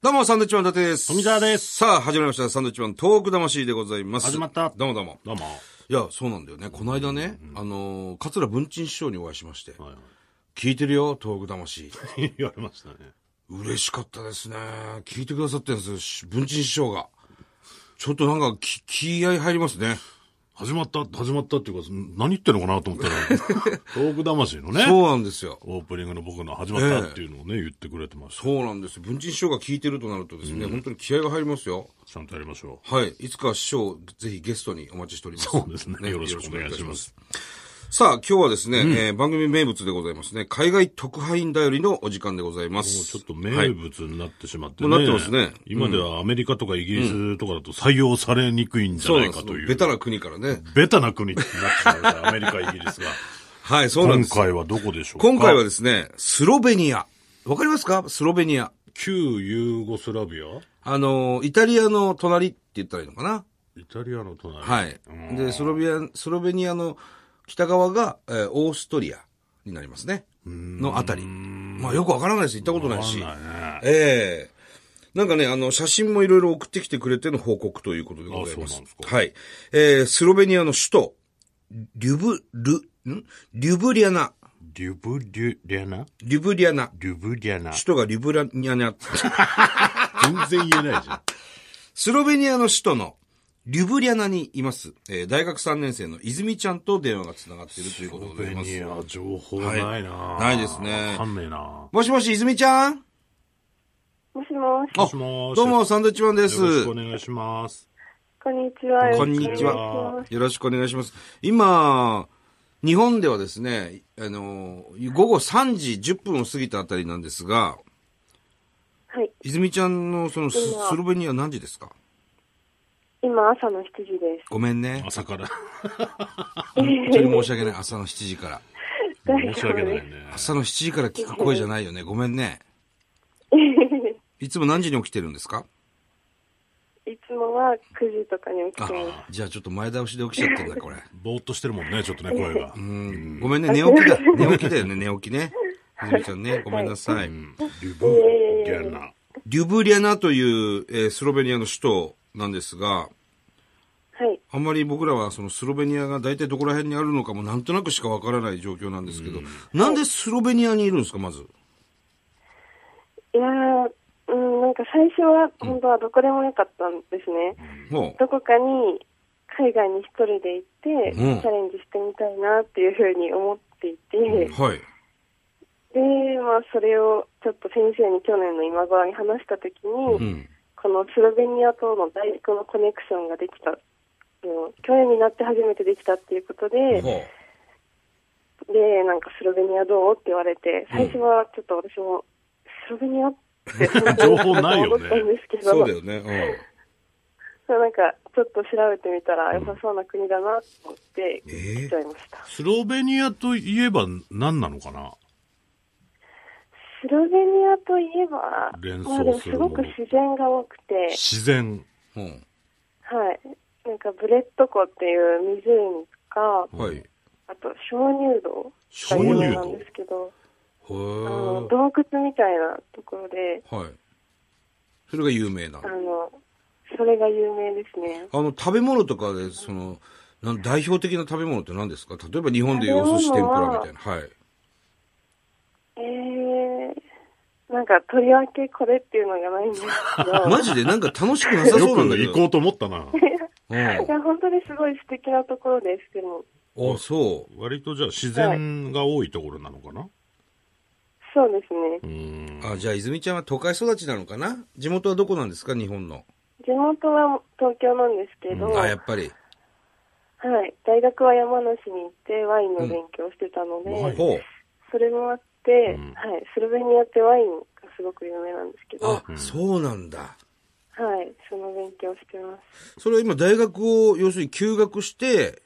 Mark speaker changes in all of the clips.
Speaker 1: どうも、サンドイッチマン伊達です。
Speaker 2: 富澤です
Speaker 1: さあ、始まりました。サンドイッチマン、トーク魂でございます。
Speaker 2: 始まった
Speaker 1: どうもどうも。
Speaker 2: どうも。
Speaker 1: いや、そうなんだよね。この間ね、あのー、桂文鎮師匠にお会いしまして、
Speaker 2: はいは
Speaker 1: 聞いてるよ、トーク魂。
Speaker 2: い 言われましたね。
Speaker 1: 嬉しかったですね。聞いてくださってるんですよし、文鎮師匠が。ちょっとなんか、き気合い入りますね。
Speaker 2: 始まった、始まったっていうか、ん何言ってるのかなと思っ たら、トーク魂のね、
Speaker 1: そうなんですよ。
Speaker 2: オープニングの僕の始まったっていうのをね、言ってくれてました。
Speaker 1: そうなんですよ。文鎮師匠が聞いてるとなるとですね、本当に気合が入りますよ。
Speaker 2: ちゃんとやりましょ
Speaker 1: はい。いつか師匠、ぜひゲストにお待ちしております。。
Speaker 2: そうですねよろしくお願いします
Speaker 1: さあ、今日はですね、えー番組名物でございますね。海外特派員頼りのお時間でございま
Speaker 2: う。もうち
Speaker 1: す
Speaker 2: ょっ。と名物になってしまってね。
Speaker 1: もうなってますね
Speaker 2: 今ではアメリカとかイギリスとかだと採用されにくいんじゃ
Speaker 1: そう
Speaker 2: な
Speaker 1: ないんで
Speaker 2: か
Speaker 1: す
Speaker 2: という。
Speaker 1: ベタな国からね。
Speaker 2: ベタな国になってしまいました、アメリカ、イギリスが。
Speaker 1: はい、 そうなん
Speaker 2: 今
Speaker 1: です。
Speaker 2: 回はどこでしょうか
Speaker 1: 今回はですね、スロベニア。わかりますかスロベニア。
Speaker 2: 旧ユーゴスラビア
Speaker 1: あのー、イタリアの隣って言ったらいいのかな
Speaker 2: イタリアの隣。
Speaker 1: はい。で、スロビア、スロベニアの北側が、えーオーストリアになりますね。のあたり。まあよくわからないです。行ったことないし。
Speaker 2: わかんないね
Speaker 1: ええなんかね、あの、写真もいろいろ送ってきてくれての報告ということでございま
Speaker 2: あそう
Speaker 1: す。
Speaker 2: なんですか
Speaker 1: はい。えー、スロベニアの首都、リュブ、ル、んリュブリアナ。
Speaker 2: リュブリュリャナ
Speaker 1: リュブリアナ。
Speaker 2: リュブリャナ。
Speaker 1: 首都がリュブリアナ。
Speaker 2: 全然言え ないじゃん。
Speaker 1: スロベニアの首都のリュブリアナにいます。えー、大学3年生の泉ちゃんと電話が繋がっているということでございます。
Speaker 2: ベニア情報ないな、
Speaker 1: はいないですね
Speaker 2: わかんねえな
Speaker 1: もしもし、泉ちゃん
Speaker 3: もしもし、
Speaker 1: あ
Speaker 2: もしもし
Speaker 1: どうも、サンドイッチマンです。
Speaker 2: よろしくお願いします。
Speaker 3: こんにちは。
Speaker 1: こんにち
Speaker 3: よろしくお願いし
Speaker 1: は
Speaker 3: ます。
Speaker 1: よろしくお願いします。今、日本ではですね、あの、午後3時10分を過ぎたあたりなんですが、
Speaker 3: はい、
Speaker 1: 泉ちゃんのそのス
Speaker 3: 今
Speaker 1: スロベニア何時ですか
Speaker 3: 今朝の7時です。
Speaker 1: ごめんね。
Speaker 2: 朝から。
Speaker 1: 本当に申し訳ない。朝の7時から。
Speaker 2: 申し訳ないね。
Speaker 1: 朝の7時から聞く声じゃないよね。ごめんね。いつも何時に起きてるんですか
Speaker 3: いつもは9時とかに起き
Speaker 1: あ
Speaker 3: てま、
Speaker 1: じゃあちょっと前倒しで起きちゃってんだ、これ。
Speaker 2: ぼーっとしてるもんね、ちょっとね、声が。
Speaker 1: うん。ごめんね、寝 起きだ。寝起きだよね、寝起きね。泉ちゃんね、ごめんなさい。
Speaker 2: うんリュブリャナ。
Speaker 1: リュブリアナという、えースロベニアの首都なんですが、
Speaker 3: す。はい、
Speaker 1: あんまり僕らはそのスロベニアが大体どこら辺にあるのかもなんとなくしかわからない状況なんですけど、なんでスロベニアにいるんですか、まず。
Speaker 3: いやー、うん、なんか最初は本当はどこでもよかったんですね。
Speaker 1: も
Speaker 3: どこかに海外に一人で行って、
Speaker 1: うん
Speaker 3: チャレンジしてみたいなっていうふうに思っていて、
Speaker 1: う。はい。
Speaker 3: で、まあそれをちょっと先生に去年の今頃に話したときに、
Speaker 1: うん。
Speaker 3: このスロベニアとの大学のコネクションができた、あの去年になって初めてできたっていうことで、
Speaker 1: ほ
Speaker 3: で、なんかスロベニアどうって言われて、最初はちょっと私も、スロベニアって本当に
Speaker 2: 情報ないよね
Speaker 3: 思ったんですけ
Speaker 1: う。
Speaker 3: ど、
Speaker 1: そうだよね。
Speaker 3: そうなんかちょっと調べてみたら良さそうな国だなと思って
Speaker 1: うん。え
Speaker 3: 来ちゃいました。
Speaker 2: スロベニアといえば何なのかな
Speaker 3: スロベニアといえば、
Speaker 2: 連
Speaker 3: まあ
Speaker 2: 想
Speaker 3: でも
Speaker 2: す
Speaker 3: す
Speaker 2: るもの
Speaker 3: ごく自然が多くて、
Speaker 2: 自然。
Speaker 1: えうん。
Speaker 3: はい。なんかブレット湖っていう湖とか、
Speaker 1: はい。へ
Speaker 3: あと鍾乳洞
Speaker 2: 鍾
Speaker 3: が有名
Speaker 2: 乳
Speaker 3: なん
Speaker 2: 洞
Speaker 3: ですけど、あ
Speaker 1: ー
Speaker 3: の洞窟みたいなところで、
Speaker 1: はい。それが有名な
Speaker 3: あ。の、それが有名ですね。
Speaker 1: あの、食べ物とかで、その、なん代表的な食べ物って何ですか例えば日本でいうお寿司天ぷらみたいな。はい。
Speaker 3: えー、なんか、とりわけこれっていうのがないんですけ ど、
Speaker 1: マジでなんか楽しくなさそ
Speaker 2: よ
Speaker 1: うなんだ
Speaker 2: く
Speaker 1: け
Speaker 2: 行
Speaker 1: ど。
Speaker 2: こうと思ったな。
Speaker 1: うん
Speaker 3: いや、本当にすごい素敵なところです。でも、
Speaker 1: あ、そう。
Speaker 2: 割とじゃあ自然が多いところなのかな
Speaker 3: そうですね。
Speaker 2: うん。
Speaker 1: あ、じゃあ、泉ちゃんは都会育ちなのかな地元はどこなんですか日本の。
Speaker 3: 地元は東京なんですけど、
Speaker 2: うん
Speaker 1: あ、
Speaker 3: は
Speaker 1: や
Speaker 3: い。
Speaker 1: っぱり。
Speaker 3: 大学は山梨に行ってワインの勉強をしてたので、
Speaker 2: うんワイン
Speaker 1: ほう。
Speaker 3: それもあって、
Speaker 2: うん
Speaker 3: はい。スロベニアってワインがすごく有名なんですけど、は
Speaker 1: あ、そうなんだ。
Speaker 3: い。その勉強をしてます。
Speaker 1: それは今、大学を、要するに休学して、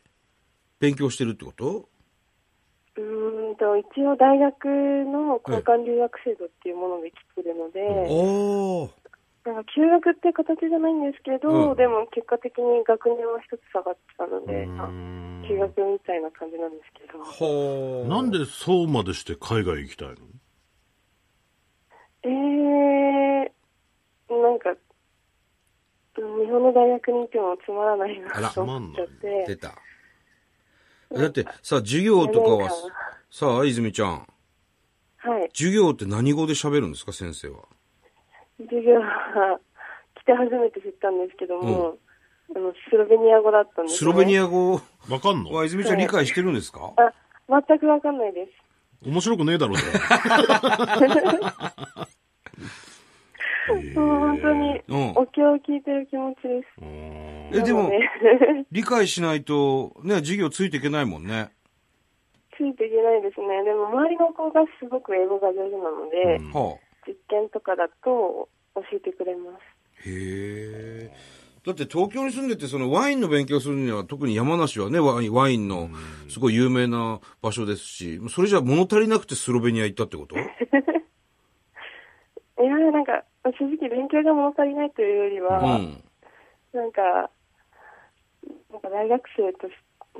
Speaker 1: 勉強してるってこと
Speaker 3: うーんと、一応大学の交換留学制度っていうもので来てるので、
Speaker 1: おー。
Speaker 3: なんか休学って形じゃないんですけど、
Speaker 1: うん
Speaker 3: でも結果的に学年は一つ下がってたので、あ
Speaker 2: うん
Speaker 3: 休学みたいな感じなんですけど、
Speaker 1: ほー。
Speaker 2: なんでそうまでして海外行きたいの
Speaker 3: えー、か、うん日本の大学にいてもつまらない
Speaker 1: あら
Speaker 3: なと思っちゃっ
Speaker 1: 出
Speaker 3: て、
Speaker 1: た。だってさ、授業とかは
Speaker 3: なんか、
Speaker 1: さあ、泉ちゃん、
Speaker 3: はい。
Speaker 1: 授業って何語で喋るんですか、先生は。
Speaker 3: 授業は来て初めて知ったんですけども、あの、スロベニア語だったんです、ね、
Speaker 1: スロベニ
Speaker 3: ア
Speaker 1: ア語
Speaker 2: わかんの
Speaker 1: は泉ちゃん理解してるんですか
Speaker 3: あ、全くわかんないです。
Speaker 2: 面白くねえだろ、じゃ あ
Speaker 3: もう本当に
Speaker 1: うん、
Speaker 3: お経を聞いてる気持ちです。
Speaker 2: うーん
Speaker 1: え、で
Speaker 3: なの
Speaker 1: も
Speaker 3: で、
Speaker 1: 理解しないと、ね、授業ついていけないもんね。
Speaker 3: ついていけないですね。でも、周りの子がすごく英語が上手なので、
Speaker 2: うん
Speaker 1: はあ。
Speaker 3: 実験とかだと教えてくれます。
Speaker 1: へえ。だって東京に住んでて、そのワインの勉強するには、特に山梨はね、ワインワインのすごい有名な場所ですし、それじゃ物足りなくてスロベニア行ったってこと
Speaker 3: いやーなんか、正直勉強が物足りないというよりは、
Speaker 1: うん。
Speaker 3: なんか、なんか大学生とし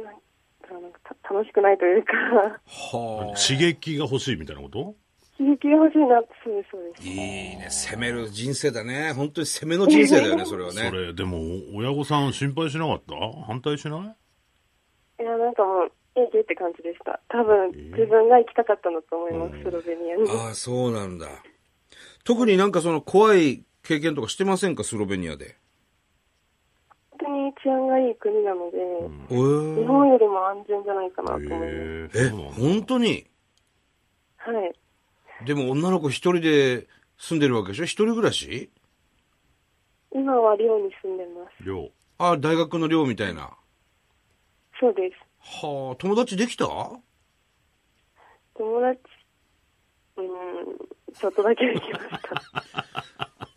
Speaker 3: なんかなんかた楽しくないというか、
Speaker 1: はあ。
Speaker 2: 刺激が欲しいみたいなこと
Speaker 3: 刺激が欲しいなって、そうです、そうです。
Speaker 1: いいね。攻める人生だね。本当に攻めの人生だよね、それは
Speaker 2: そ
Speaker 1: ね。
Speaker 2: れ、でも、親御さん心配しなかった反対しない
Speaker 3: いやーなんかもう、ええって感じでした。多分、自分が行きたかったんだと思います、スロベニアに。
Speaker 1: ああ、そうなんだ。特になんかその怖い経験とかしてませんか、スロベニアで。
Speaker 3: 本当に治安がいい国なので、
Speaker 1: え
Speaker 3: 日本よりも安全じゃないかなと思います。
Speaker 2: え
Speaker 1: え、
Speaker 2: そうなんだ
Speaker 1: 本当に
Speaker 3: はい。
Speaker 1: でも女の子一人で住んでるわけでしょ一人暮らし
Speaker 3: 今は寮に住んでます。
Speaker 2: 量。
Speaker 1: ああ、大学の寮みたいな。
Speaker 3: そうです。
Speaker 1: はあ、友達できた
Speaker 3: 友達、うん、ちょっとだけできまし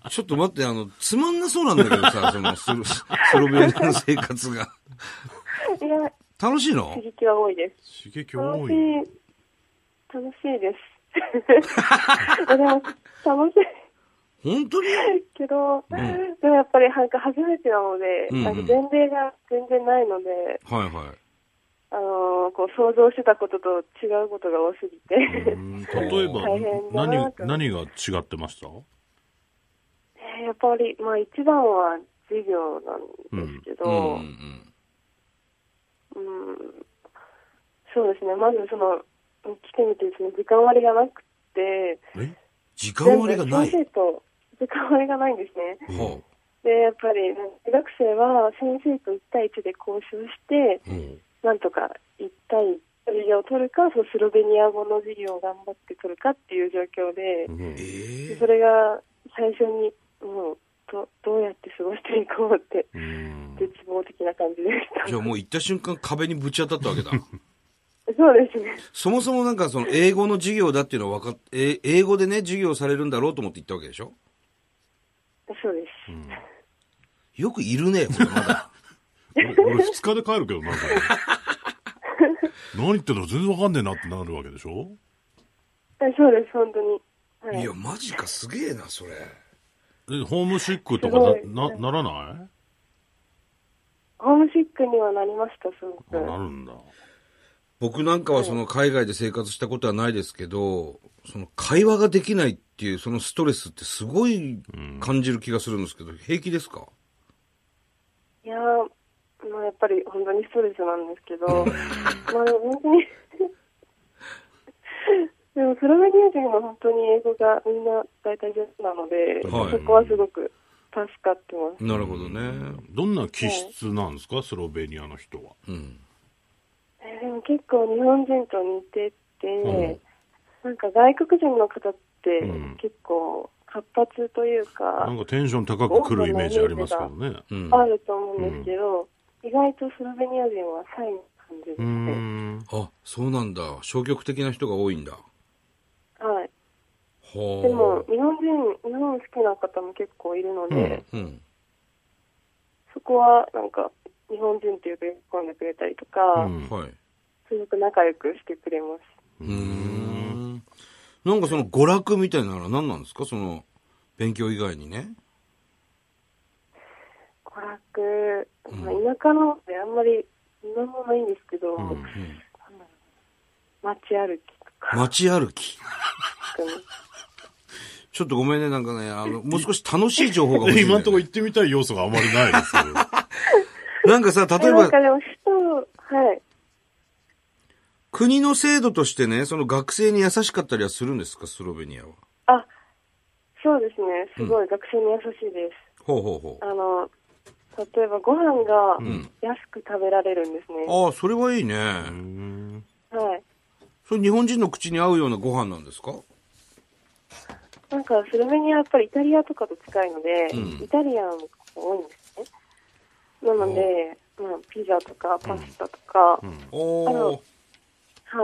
Speaker 3: た。
Speaker 1: ちょっと待って、あの、つまんなそうなんだけどさ、そのスロ、スロベニアの生活が。
Speaker 3: いや、
Speaker 1: 楽しいの
Speaker 3: 刺激は多いです。
Speaker 2: 刺激
Speaker 3: 楽
Speaker 2: 多
Speaker 3: し
Speaker 2: い。
Speaker 3: い、楽しい です。でも、楽しい
Speaker 1: 本当に
Speaker 3: けど、でもやっぱりなんか初めてなので、
Speaker 1: うんうん
Speaker 3: なんか前例が全然ないので、
Speaker 1: はいはい。
Speaker 3: あのーこう想像してたことと違うことが多すぎて、
Speaker 2: うん例えば
Speaker 3: 大変、だな
Speaker 2: 何、
Speaker 3: と
Speaker 2: 何が違ってました
Speaker 3: えー やっぱり、まあ一番は授業なんですけ
Speaker 1: うんう
Speaker 3: ど、
Speaker 1: ん
Speaker 3: うんそうですね、まずその、来てみてですね、時間割がなくて、
Speaker 2: え
Speaker 1: 時間割がない。
Speaker 3: 全部先生と時間割がないんですね。
Speaker 1: は
Speaker 3: で、やっぱり、大学生は先生と1対1で交渉して、
Speaker 1: あ。うん
Speaker 3: なんとか1対1授業を取るか、そうスロベニア語の授業を頑張って取るかっていう状況で、
Speaker 2: うん
Speaker 1: ええ
Speaker 3: それが最初に、もう、どどうやって過ごしていこうって、
Speaker 2: うん
Speaker 3: 絶望的な感じでした。
Speaker 1: じゃあもう行った瞬間壁にぶち当たったわけ だ。
Speaker 3: そうですね。
Speaker 1: そもそもなんかその英語の授業だっていうのは分かっ、え英語でね、授業されるんだろうと思って行ったわけでしょ
Speaker 3: そうです。
Speaker 1: よくいるね、これまだ。
Speaker 2: 俺、俺二日で帰るけどな、そ れ何言ってたら全然わかんねえなってなるわけでしょ
Speaker 3: えそうです、本当に。 はい
Speaker 1: いや、マジか、すげえな、それ。
Speaker 2: えホームシックとか
Speaker 3: すご
Speaker 2: な、
Speaker 3: い
Speaker 2: な、ならない
Speaker 3: ホームシックにはなりました、すご
Speaker 2: あな
Speaker 3: く。
Speaker 2: るんだ。
Speaker 1: 僕なんかはその海外で生活したことはないですけど、その会話ができないっていうそのストレスってすごい感じる気がするんですけど、平気ですか
Speaker 3: いやー、まあ、やっぱり本当にストレスなんですけ ど、まあ、でも本当に、でもスロベニア人は本当に英語がみんな大体上手なので、
Speaker 1: はい
Speaker 3: そこはすごく助かってます。
Speaker 1: なるほどね。
Speaker 2: どんな気質なんですか、スロベニアの人は。
Speaker 1: うん。
Speaker 3: えーでも結構日本人と似てて、
Speaker 2: ん
Speaker 3: なんか外国人の方って
Speaker 2: うん
Speaker 3: 結構活発というか、
Speaker 2: なんかテンション高く来るイメージありますけどね。
Speaker 1: うん。
Speaker 3: あると思うんですけど、意外とスロベニア人はサイの感じです
Speaker 2: うー
Speaker 3: ね。
Speaker 2: ん。
Speaker 1: あ、そうなんだ。消極的な人が多いんだ。は
Speaker 3: はい。
Speaker 1: あ。
Speaker 3: でも、日本人、日本好きな方も結構いるので、
Speaker 2: うん
Speaker 1: うん。
Speaker 3: そこはなんか、日本人っていうと喜んでくれたりとか、
Speaker 2: うん
Speaker 1: はい。
Speaker 3: すごく仲良くしてくれます。
Speaker 1: うーんなんかその娯楽みたいなのは何なんですかその、勉強以外にね。
Speaker 3: 娯楽、まあ、田舎のであんまり今もないんですけど、
Speaker 2: ん
Speaker 3: 街歩きとか、
Speaker 1: 街歩き。
Speaker 3: 本当に
Speaker 1: ちょっとごめんね、なんかね、あの、もう少し楽しい情報が欲しい、ね。
Speaker 2: 今んとこ行ってみたい要素があまりないですけど。
Speaker 1: なんかさ、例え
Speaker 3: なん
Speaker 1: ば
Speaker 3: か、でも、人、はい。
Speaker 1: 国の制度としてね、その学生に優しかったりはするんですか、スロベニアは。
Speaker 3: あ、そうですね。すごい、学生に優しいです。
Speaker 1: ほうほうほう。
Speaker 3: あの、例えばご飯が安く食べられるんですね。
Speaker 1: ああ、それはいいね。
Speaker 2: うん
Speaker 3: はい。
Speaker 1: それ日本人の口に合うようなご飯なんですか
Speaker 3: なんか、スロベニアはやっぱりイタリアとかと近いので、
Speaker 1: うん
Speaker 3: イタリアンが多いんですね。なので、まあ、ピザとかパスタとか、
Speaker 2: うん
Speaker 1: お
Speaker 3: あの
Speaker 1: お。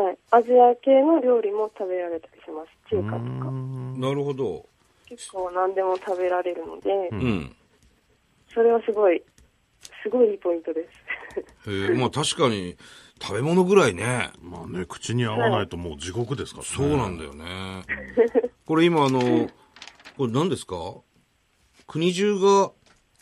Speaker 3: はい。アジア系の料理も食べられたりします。中華とか。
Speaker 1: なるほど。
Speaker 3: 結構何でも食べられるので、
Speaker 2: う
Speaker 1: うんん。
Speaker 3: それはすごい、すごいいいポイントです。
Speaker 1: へえ、まあ確かに、食べ物ぐらいね。
Speaker 2: まあね、口に合わないともう地獄ですからね。
Speaker 1: そうなんだよね。これ今あの、これ何ですか国中が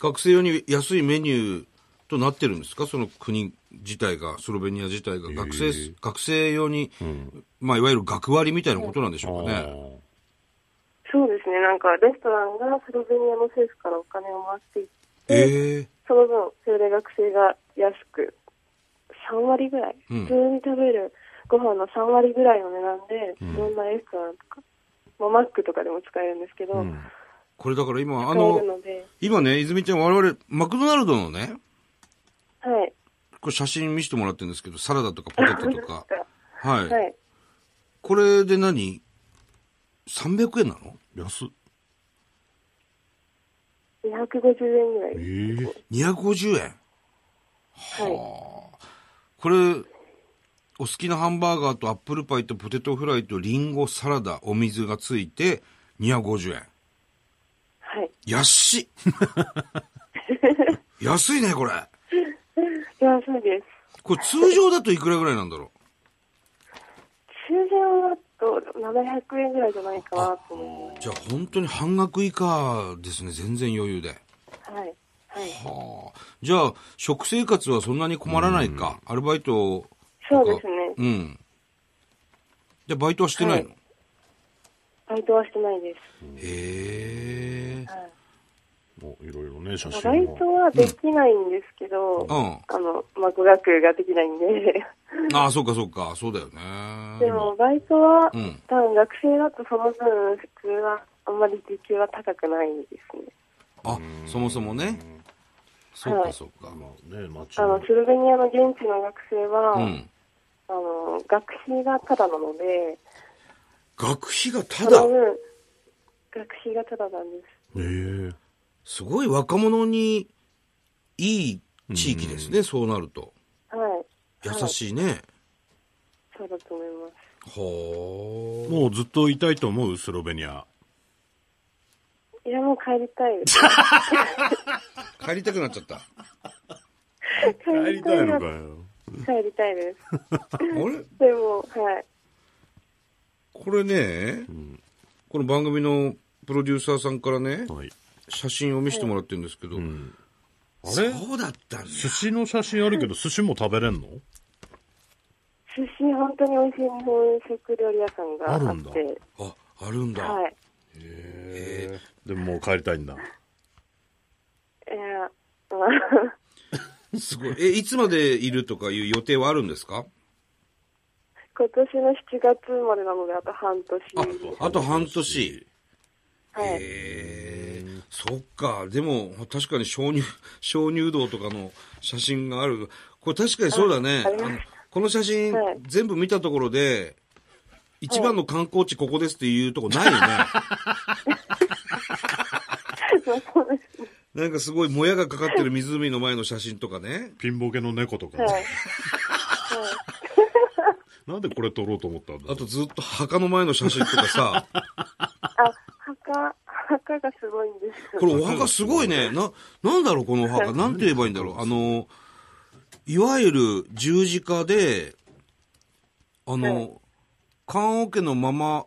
Speaker 1: 学生用に安いメニューとなってるんですかその国自体が、スロベニア自体が学生、
Speaker 2: へえ
Speaker 1: 学生用に、
Speaker 2: うん。
Speaker 1: まあいわゆる学割みたいなことなんでしょうかね。
Speaker 3: そうですね。なんか、レストランがスロベニアの政府からお金を回していって、
Speaker 1: ええ
Speaker 3: その分、それで学生が安く、3割ぐらい、
Speaker 1: うん
Speaker 3: 普通に食べるご飯の3割ぐらいの値段で、
Speaker 2: うん
Speaker 3: いろんなレストランとか、まあ、マックとかでも使えるんですけど、
Speaker 2: あーう
Speaker 3: 使
Speaker 2: ん
Speaker 1: これだから今、あ
Speaker 3: える
Speaker 1: の、
Speaker 3: ので、
Speaker 1: 今ね、泉ちゃん我々、マクドナルドのね、
Speaker 3: はい。
Speaker 1: これ写真見せてもらってるんですけど、サラダとかポテト とか。はい。
Speaker 3: はい。
Speaker 1: これで何 ?300 円なの
Speaker 2: 安っ。
Speaker 3: 250円ぐらい
Speaker 2: ええ
Speaker 3: です。
Speaker 1: 250円。
Speaker 3: は
Speaker 1: これ、お好きなハンバーガーとアップルパイとポテトフライとリンゴサラダ、お水がついて250円。
Speaker 3: い。はい。
Speaker 1: 安 っ安いね、これ。
Speaker 3: いや、そうです。
Speaker 1: これ通常だといくらぐらいなんだろ
Speaker 3: 通常だと700円ぐらいじゃないかなと思いう
Speaker 1: じゃあ本当に半額以下ですね、全然余裕で。
Speaker 3: ます。はい。はい。
Speaker 1: はあ。じゃあ、食生活はそんなに困らないか。アルバイトと
Speaker 3: そ
Speaker 1: か。
Speaker 3: うですね。
Speaker 1: うん。じゃあバイトはしてないの、
Speaker 3: はバイトはしてないです。
Speaker 1: へえ。
Speaker 3: はい
Speaker 2: もういろいろね、写
Speaker 3: まあ
Speaker 2: 真
Speaker 3: バイ
Speaker 2: も。
Speaker 3: トはできないんですけど、
Speaker 1: うん。
Speaker 3: あの、まあ、語学ができないんで。
Speaker 1: ああ、そうかそうか、そうだよ
Speaker 3: で
Speaker 1: ね。
Speaker 3: も、バイトは、
Speaker 1: うん
Speaker 3: 多分学生だとその分、普通は、あんまり時給は高くないですね。
Speaker 1: あ、そもそもね。そう
Speaker 3: は
Speaker 1: か
Speaker 3: い
Speaker 1: そうか。
Speaker 2: まあね、街
Speaker 3: あの、スロベニアの現地の学生は、
Speaker 1: うん。
Speaker 3: あの、学費がタダなので、
Speaker 1: 学費がた
Speaker 3: そ
Speaker 1: だ
Speaker 3: の、分、学費がタダなんです。
Speaker 2: ええ
Speaker 1: すごい若者にいい地域ですね、そうなると。
Speaker 3: はい。
Speaker 1: 優
Speaker 3: はい
Speaker 1: しいね。
Speaker 3: そうだと思います。
Speaker 1: ほー。
Speaker 2: もうずっといたいと思うスロベニア。
Speaker 3: いや、もう帰りたいです。
Speaker 1: 帰りたくなっち ゃった。あ
Speaker 3: 帰りたいな
Speaker 2: よ。
Speaker 3: 帰りたいです。
Speaker 1: れ
Speaker 3: でも、はい。
Speaker 1: これね、
Speaker 2: ん
Speaker 1: この番組のプロデューサーさんからね、
Speaker 2: はい。
Speaker 1: 写真を見せてもらってるんですけど、
Speaker 2: んあれ
Speaker 1: そうだったんだ。
Speaker 2: 寿司の写真あるけど、寿司も食べれんの
Speaker 3: 寿司、本当に美味しい日本食料理屋さんがあ
Speaker 2: あるん
Speaker 3: っ
Speaker 2: だ
Speaker 3: て、
Speaker 1: あ、あるんだ。
Speaker 3: はい。
Speaker 2: ええでももう帰りたいんだ。
Speaker 3: いや、まあ、
Speaker 1: すごい。え、いつまでいるとかいう予定はあるんですか
Speaker 3: 今年の7月までなので、あと半年。
Speaker 1: あと半年。
Speaker 3: はい。
Speaker 1: えー、そっか。でも、確かに鍾乳、鍾乳洞とかの写真がある。これ確かにそうだね。
Speaker 3: あ
Speaker 1: あ
Speaker 3: あります
Speaker 1: のこの写真、
Speaker 3: はい
Speaker 1: 全部見たところで、一番の観光地ここですっていうとこ ないよね。
Speaker 3: まあそうですね。
Speaker 1: なんかすごいもやがかかってる湖の前の写真とかね。
Speaker 2: ピンボケの猫とか、
Speaker 3: はい。
Speaker 2: なんでこれ撮ろうと思ったんだ
Speaker 1: あとずっと墓の前の写真とか さ。
Speaker 3: あ、墓、墓がすごいんですよ。
Speaker 1: これお墓すごいね。な、なんだろう、このお墓。なんて言えばいいんだろう。あの、いわゆる十字架で、あ
Speaker 3: はい
Speaker 1: の、棺桶のまま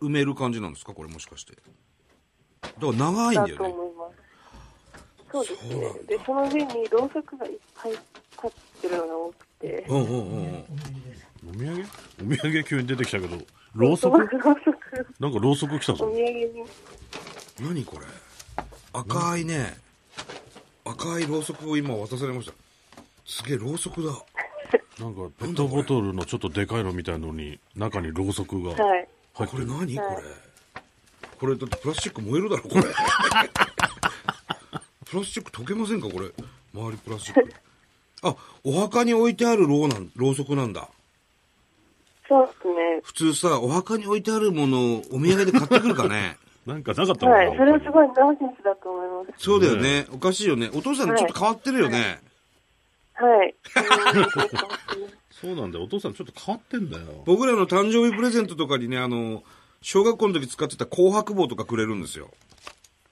Speaker 1: 埋める感じなんですかこれもしかして。だから長いん
Speaker 3: だ
Speaker 1: だよ
Speaker 3: と
Speaker 1: ね。
Speaker 3: 思います。そうです
Speaker 1: そう
Speaker 3: ね
Speaker 1: なん。
Speaker 3: で、その上にろうそくがいっぱい立ってるのが多くて。
Speaker 1: うんうんうんうん。
Speaker 2: お土産お土産急に出てきたけど、ろうそく
Speaker 3: ろうそく
Speaker 2: なんかろうそく来た
Speaker 3: お土産
Speaker 2: ぞ。
Speaker 3: に。
Speaker 1: 何これ赤いね赤いろうそくを今渡されましたすげえろうそくだ
Speaker 2: なんかペットボトルのちょっとでかいのみたいのに、中にろうそくが
Speaker 3: は
Speaker 2: 入っ
Speaker 3: い。
Speaker 2: て
Speaker 1: これ
Speaker 2: る。
Speaker 1: 何こ
Speaker 3: はい
Speaker 1: れこれだってプラスチック燃えるだろこれ プラスチック溶けませんかこれ周りプラスチックあお墓に置いてあるろうなんろうそくなんだ
Speaker 3: そうです
Speaker 1: 普通さお墓に置いてあるものをお土産で買ってくるか ね
Speaker 2: なんかなかった
Speaker 3: ね。
Speaker 2: の
Speaker 3: はい。それはす
Speaker 2: 他に
Speaker 3: ごいナンセンスだと思います。
Speaker 1: そうだよねおかしいよねお父さんちょっと変わってるよね、
Speaker 3: はい。
Speaker 2: そうなんだよ。お父さんちょっと変わってんだよ。
Speaker 1: 僕らの誕生日プレゼントとかにねあの小学校の時使ってた紅白棒とかくれるんですよ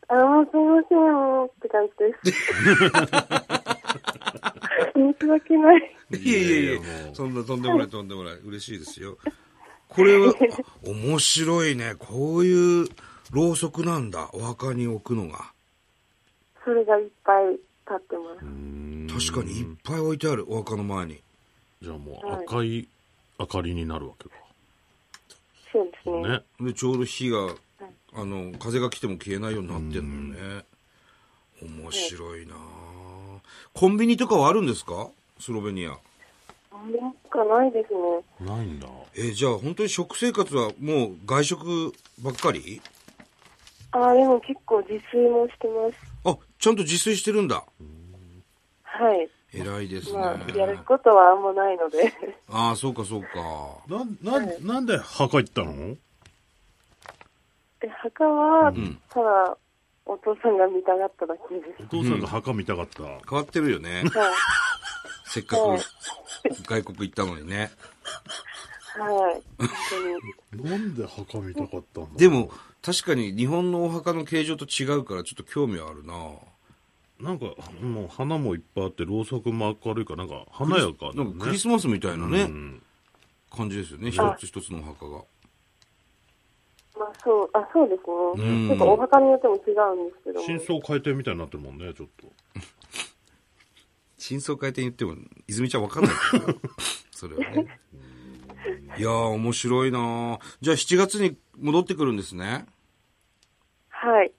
Speaker 3: ああ、すいません、って感じです。申し訳ない。
Speaker 1: いやいやいや
Speaker 2: いやいやもう
Speaker 1: そんなとんでもないとんでもない嬉しいですよこれはあ面白いねこういうろうそくなんだお墓に置くのが
Speaker 3: それがいっぱい立ってます。
Speaker 1: 確かにいっぱい置いてあるお墓の前に
Speaker 2: じゃあもう赤い明かりになるわけか。
Speaker 3: そうですね。
Speaker 2: ね。
Speaker 1: でちょうど火があの風が来ても消えないようになってんのよね面白いなあコンビニとかはあるんですかスロベニア
Speaker 3: なんかないですね。
Speaker 2: ないんだ。
Speaker 1: えーじゃあ本当に食生活はもう外食ばっかり
Speaker 3: ああ、でも結構自炊もしてます。
Speaker 1: あちゃんと自炊してるんだ
Speaker 3: はい。
Speaker 1: 偉いですね
Speaker 3: まあ、やることはあんまないので。
Speaker 1: ああそうかそうか
Speaker 2: な、な、なんで墓行ったの
Speaker 3: で墓は、ただ、お父さんが見たがっただけで
Speaker 2: お父さんが墓見たかった。
Speaker 1: 変わってるよね
Speaker 3: す。はい。
Speaker 1: せっか
Speaker 3: はい
Speaker 1: く外国行ったのにね
Speaker 3: はい。本当に。
Speaker 2: なんで墓見たかったんだ
Speaker 1: でも確かに日本のお墓の形状と違うからちょっと興味はあるな
Speaker 2: なんか、もう花もいっぱいあって、ろうそくも明るいから、なんか華やかだ
Speaker 1: な
Speaker 2: よ
Speaker 1: んかク
Speaker 2: ね
Speaker 1: リ。スマスみたいなね、
Speaker 2: うん
Speaker 1: 感じですよね一
Speaker 3: はい
Speaker 1: つ一つのお墓が
Speaker 3: まあ、そう、あ、そうです
Speaker 1: うん
Speaker 3: ね。結構お墓によっても違うんですけども。
Speaker 2: 真相改定みたいになってるもんね、ちょっと。
Speaker 1: 真相回転言っても泉ちゃんわかんないからそれはねいやー面白いなーじゃあ7月に戻ってくるんですね
Speaker 3: はい。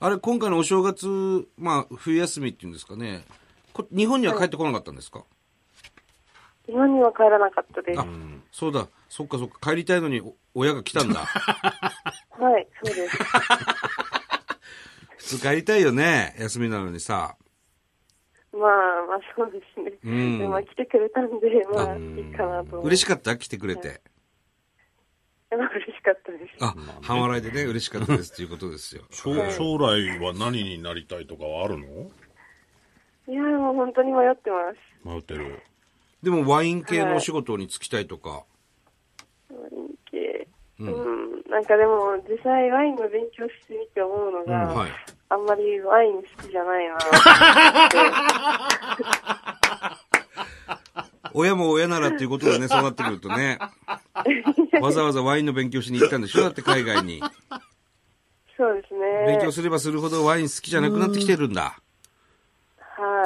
Speaker 1: あれ今回のお正月まあ冬休みっていうんですかねこ日本には帰ってこなかったんですか、
Speaker 3: 日本には帰らなかったです。
Speaker 1: あそうだそっかそっか帰りたいのにお親が来たん だ
Speaker 3: はい、そうです。
Speaker 1: 普通帰りたいよね休みなのにさ
Speaker 3: まあ、まあ、そうですね。
Speaker 1: ん
Speaker 3: でまあ、来てくれたんで、まあ、いいかなと思って。
Speaker 1: 嬉しかった来てくれて
Speaker 3: まあ嬉しかったです。
Speaker 1: あ半笑いでね嬉しかったですっていうことです よ
Speaker 2: 将将来は何になりたいとかはあるの
Speaker 3: いや、もう本当に迷ってます。
Speaker 2: 迷ってる。
Speaker 1: でもワイン系のお仕事に就きたいとか、
Speaker 3: ワイン系。うん、なんかでも実際ワインの勉強してみて思うのが、
Speaker 1: うんはい
Speaker 3: あんまりワイン好きじゃないな
Speaker 1: 親も親ならっていうことだね、そうなってくると ね。わざわざワインの勉強しに行ったんでしょだって海外に。
Speaker 3: そうですね
Speaker 1: 勉強すればするほどワイン好きじゃなくなってきてるんだ。
Speaker 3: はい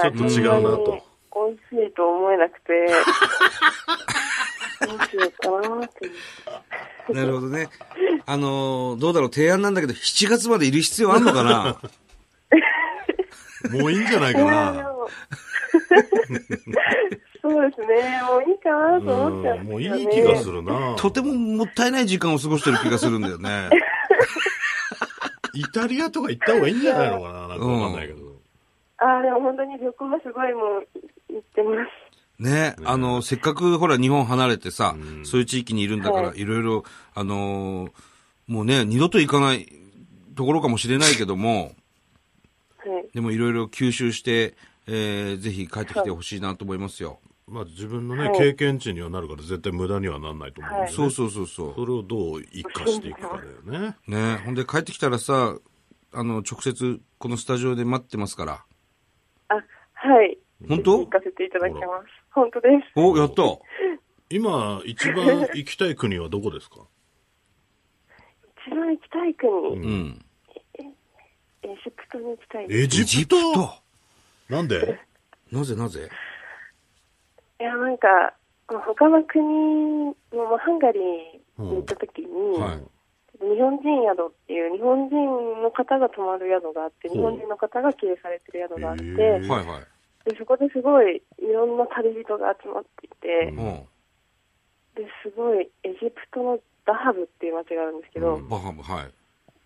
Speaker 2: ちょっと違うなと
Speaker 3: そんなに美味しいと思えなくてどうしようかなって
Speaker 1: なるほどね。あのーどうだろう、提案なんだけど、7月までいる必要あんのかな
Speaker 2: もういいんじゃないか
Speaker 3: いやで
Speaker 2: な。
Speaker 3: もそうですねもういいかなと思っちゃ
Speaker 2: う
Speaker 3: う
Speaker 2: んんもうい
Speaker 3: ですよね
Speaker 2: い気がするな。
Speaker 1: とてももったいない時間を過ごしてる気がするんだよ ね。
Speaker 2: イタリアとか行った方がいいんじゃないのかななんかわかんないけど。
Speaker 3: ああでも本当に旅行はすごいもう行ってます
Speaker 1: ね、あの、せっかくほら日本離れてさ、
Speaker 2: うん
Speaker 1: そういう地域にいるんだから、
Speaker 3: はい
Speaker 1: ろいろ、あのーもうね、二度と行かないところかもしれないけども、
Speaker 3: はい
Speaker 1: でもいろいろ吸収して、えーぜひ帰ってきてほしいなと思いますよ。
Speaker 2: まあ自分のね
Speaker 3: は、い
Speaker 2: 経験値にはなるから絶対無駄にはならないと思うんだよね
Speaker 1: そうそうそうそ
Speaker 2: それをどう生かしていくかだよね。
Speaker 1: う。ねほんで帰ってきたらさ、あの、直接このスタジオで待ってますから。
Speaker 3: あはい
Speaker 1: 本当
Speaker 3: 行かせていただきます本当です
Speaker 1: お、やった
Speaker 2: 今、一番行きたい国はどこですか
Speaker 3: 一番行きたい国、
Speaker 2: ん
Speaker 1: うん。
Speaker 3: エジプトに行きたいです。
Speaker 2: エジプト
Speaker 1: エ
Speaker 2: なんで
Speaker 1: なぜなぜ
Speaker 3: いや、なんか、まあ他の国の、まあハンガリーに行った時に、
Speaker 2: はい。
Speaker 3: 日本人宿っていう日本人の方が泊まる宿があって
Speaker 2: ほう
Speaker 3: 日本人の方が経営されてる宿があって
Speaker 2: へ
Speaker 1: い
Speaker 2: え
Speaker 3: で
Speaker 1: はいはい。
Speaker 3: そこですごいいろんな旅人が集まっていて
Speaker 2: うん
Speaker 1: うん。
Speaker 3: ですごいエジプトのダハブっていう街があるんですけど、
Speaker 2: うん
Speaker 1: バハム、はい。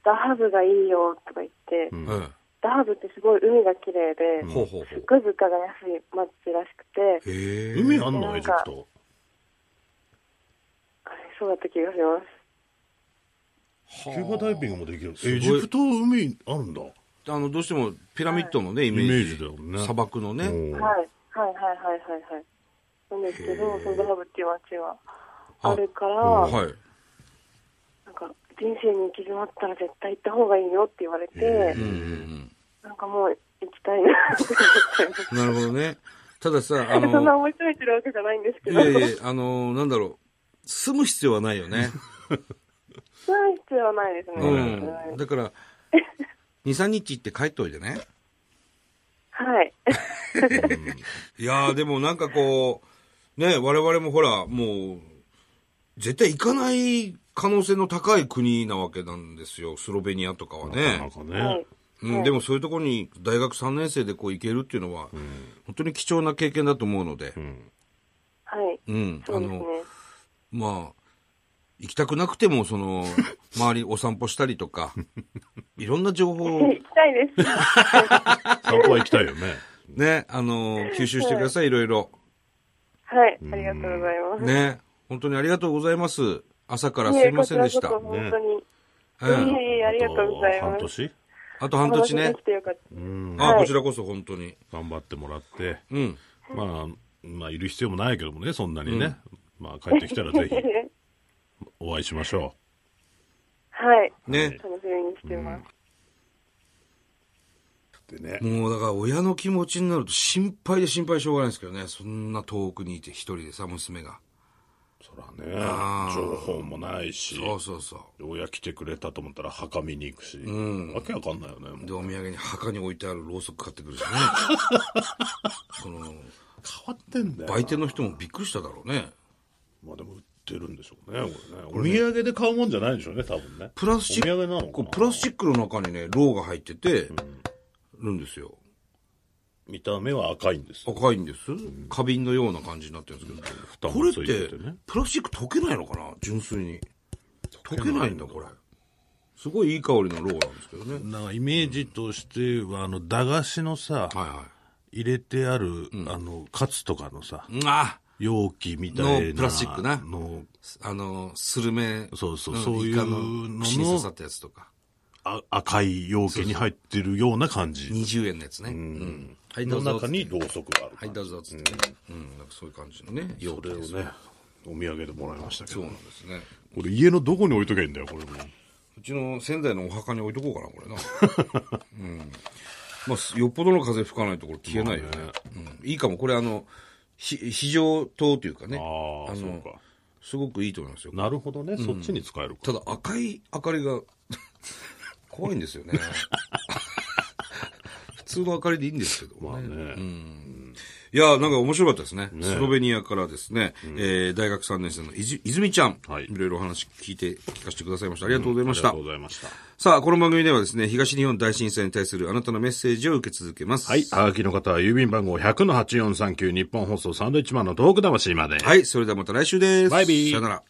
Speaker 3: ダハブがいいよとか言って、
Speaker 2: うん
Speaker 1: え
Speaker 3: ダハブってすごい海が綺麗で、
Speaker 1: え
Speaker 2: うん
Speaker 1: ほうほうほ
Speaker 3: すっ
Speaker 1: う。
Speaker 3: ごい物価が安い街らしくて、
Speaker 1: へえ。
Speaker 2: 海あんの
Speaker 3: なんか
Speaker 2: エジプト。
Speaker 3: あれそうだった気がしま
Speaker 1: キ
Speaker 3: す。
Speaker 2: キューバダイビングもできる。
Speaker 1: ごい
Speaker 2: エジプト海あるんだ。
Speaker 1: あの、どうしてもピラミッドのね、イ
Speaker 2: イ
Speaker 1: メ
Speaker 2: メ
Speaker 1: ー
Speaker 2: ー
Speaker 1: ジ。
Speaker 2: ジだよね。
Speaker 1: 砂漠のね。
Speaker 2: うん
Speaker 3: はい、はい、はい、はい、はい、はい。なんですけ
Speaker 1: へ
Speaker 3: ど
Speaker 1: え、
Speaker 3: そのダハブっていう街は
Speaker 1: あ
Speaker 3: あるから、
Speaker 2: うん
Speaker 1: はい。
Speaker 3: なんか人生に行き詰まったら絶対行った方がいいよって言われて、
Speaker 2: へ
Speaker 1: うんうん
Speaker 3: なんかもう行きたいなって思って。
Speaker 1: うん。なるほどね。たださ、あ
Speaker 3: そんな
Speaker 1: の、
Speaker 3: 思い詰めてるわけじゃないんですけ
Speaker 1: い
Speaker 3: ど、
Speaker 1: やいや、あの、なんだろう。住む必要はないよね。
Speaker 3: そういう必要はないです
Speaker 1: う
Speaker 3: ね。
Speaker 1: ん。だから、2、3日行って帰っておいてね。
Speaker 3: はい。
Speaker 1: いやー、でもなんかこう、ね、我々もほら、もう、絶対行かない可能性の高い国なわけなんですよ。スロベニアとかは
Speaker 2: なかな
Speaker 1: ね。
Speaker 2: か
Speaker 3: は
Speaker 2: ね
Speaker 3: い。。
Speaker 1: うん、でもそういうところに大学3年生でこう行けるっていうのは、本当に貴重な経験だと思うので
Speaker 2: う、ん。
Speaker 3: はい。
Speaker 1: うん、
Speaker 3: そうですね。
Speaker 1: の、まあ、行きたくなくても、そ の、周りお散歩したりとか、いろんな情報を
Speaker 3: 行きた いです。
Speaker 2: 散歩は行きたいよね。
Speaker 1: ね、あの、吸収してください、いろいろ。
Speaker 3: はい、ありがとうございます。
Speaker 1: ね、本当にありがとうございます。朝から
Speaker 3: い
Speaker 1: す
Speaker 3: え
Speaker 1: いませんでした。
Speaker 3: こちらこそ本当に。
Speaker 1: う
Speaker 3: い
Speaker 1: ん
Speaker 3: えいえ、ありがとうござ
Speaker 2: あ
Speaker 3: い
Speaker 2: と
Speaker 3: ま
Speaker 2: 半
Speaker 3: す。
Speaker 2: 年
Speaker 1: あと半年
Speaker 3: お話
Speaker 1: ね
Speaker 3: でき。てよかった
Speaker 2: うん。
Speaker 1: あ、
Speaker 3: はい
Speaker 1: こちらこそ本当に。
Speaker 2: 頑張ってもらって。
Speaker 1: うん。
Speaker 2: まあ、まあ、いる必要もないけどもね、そんなにね。まあ、帰ってきたらぜひお会いしましょ
Speaker 3: はい。
Speaker 1: ね。
Speaker 3: 楽しみにしてます。
Speaker 2: う。でね。
Speaker 1: もうだから親の気持ちになると心配で心配しょうがないですけどね。そんな遠くにいて一人でさ、娘が。
Speaker 2: そらね
Speaker 1: あ、ー
Speaker 2: 情報もないし。
Speaker 1: そうそうそ
Speaker 2: 親来てくれたと思ったら墓見に行くし、
Speaker 1: ん
Speaker 2: わけわかんないよねも
Speaker 1: う。
Speaker 2: う
Speaker 1: で、お土産に墓に置いてあるろうそく買ってくるしね。 その、
Speaker 2: 変わってんだよな
Speaker 1: 売店の人もびっくりしただろうね。
Speaker 2: まあでも売ってるんでしょうねこれねお土産で買うもんじゃないんでしょうね多分ね
Speaker 1: プラスチ
Speaker 2: お土産なの
Speaker 1: ッ
Speaker 2: か
Speaker 1: ク、
Speaker 2: な
Speaker 1: プラスチックの中にね、ろうが入ってて、るんですよ。
Speaker 2: 見た目は赤いんですよ
Speaker 1: 赤いんです。花瓶のような感じになってるんですけど。
Speaker 2: 蓋
Speaker 1: これ
Speaker 2: も
Speaker 1: っ
Speaker 2: つい
Speaker 1: て
Speaker 2: ててね、
Speaker 1: プラスチック溶けないのかな純粋に。溶けないんだ、これ。すごいいい香りのローなんですけどね。
Speaker 2: なんかイメージとしては、あの駄菓子のさ、
Speaker 1: はいは
Speaker 2: 入れてある、あのカツとかのさ
Speaker 1: い。うんあ
Speaker 2: 容器みたいな
Speaker 1: のプラスチックな
Speaker 2: の
Speaker 1: あの、スルメ。
Speaker 2: そうそうんそういう
Speaker 1: イカの
Speaker 2: の
Speaker 1: 串に刺さったやつとか。
Speaker 2: あ赤い容器に入ってるような感じ
Speaker 1: 20円のやつね。うんはい、ど
Speaker 2: の
Speaker 1: うぞ。
Speaker 2: 中にろうそくがある、
Speaker 1: はい、どうぞ。つって。うん、なんかそういう感じのね、容
Speaker 2: そ
Speaker 1: 器
Speaker 2: れを
Speaker 1: です。
Speaker 2: ねお土産でもらいましたけ
Speaker 1: そう
Speaker 2: ど
Speaker 1: なんですね。
Speaker 2: これ家のどこに置いとけばいいんだよ、これも。
Speaker 1: うちの仙台のお墓に置いとこうかな、これな。うん。 まあ、よっぽどの風吹かないとこれ消えないよね。うん。いいかも。これあの、ひ非常灯というかね。
Speaker 2: ああ、そ
Speaker 1: の
Speaker 2: うか。
Speaker 1: すごくいいと思いますよ。
Speaker 2: なるほどね、そっちに使えるか。
Speaker 1: ただ赤い明かり が怖いんです よね。普通の明かりでいいんですけど
Speaker 2: まあ
Speaker 1: ね。
Speaker 2: ね。
Speaker 1: いや、なんか面白かったですね。スロベニアからですね、えー大学3年生のいず泉ちゃん、
Speaker 2: はい
Speaker 1: い、ろいろお話聞いて、聞かせてくださいました。ありがとうござい
Speaker 2: あ
Speaker 1: ま
Speaker 2: り
Speaker 1: し
Speaker 2: が
Speaker 1: た。
Speaker 2: とうございました。
Speaker 1: さあ、この番組ではですね、東日本大震災に対するあなたのメッセージを受け続けます。
Speaker 2: はい。はがきの方は郵便番号100-8439日本放送サンドイッチマンのトーク魂まで。
Speaker 1: はい、それではまた来週です。
Speaker 2: バイビー
Speaker 1: さよなら。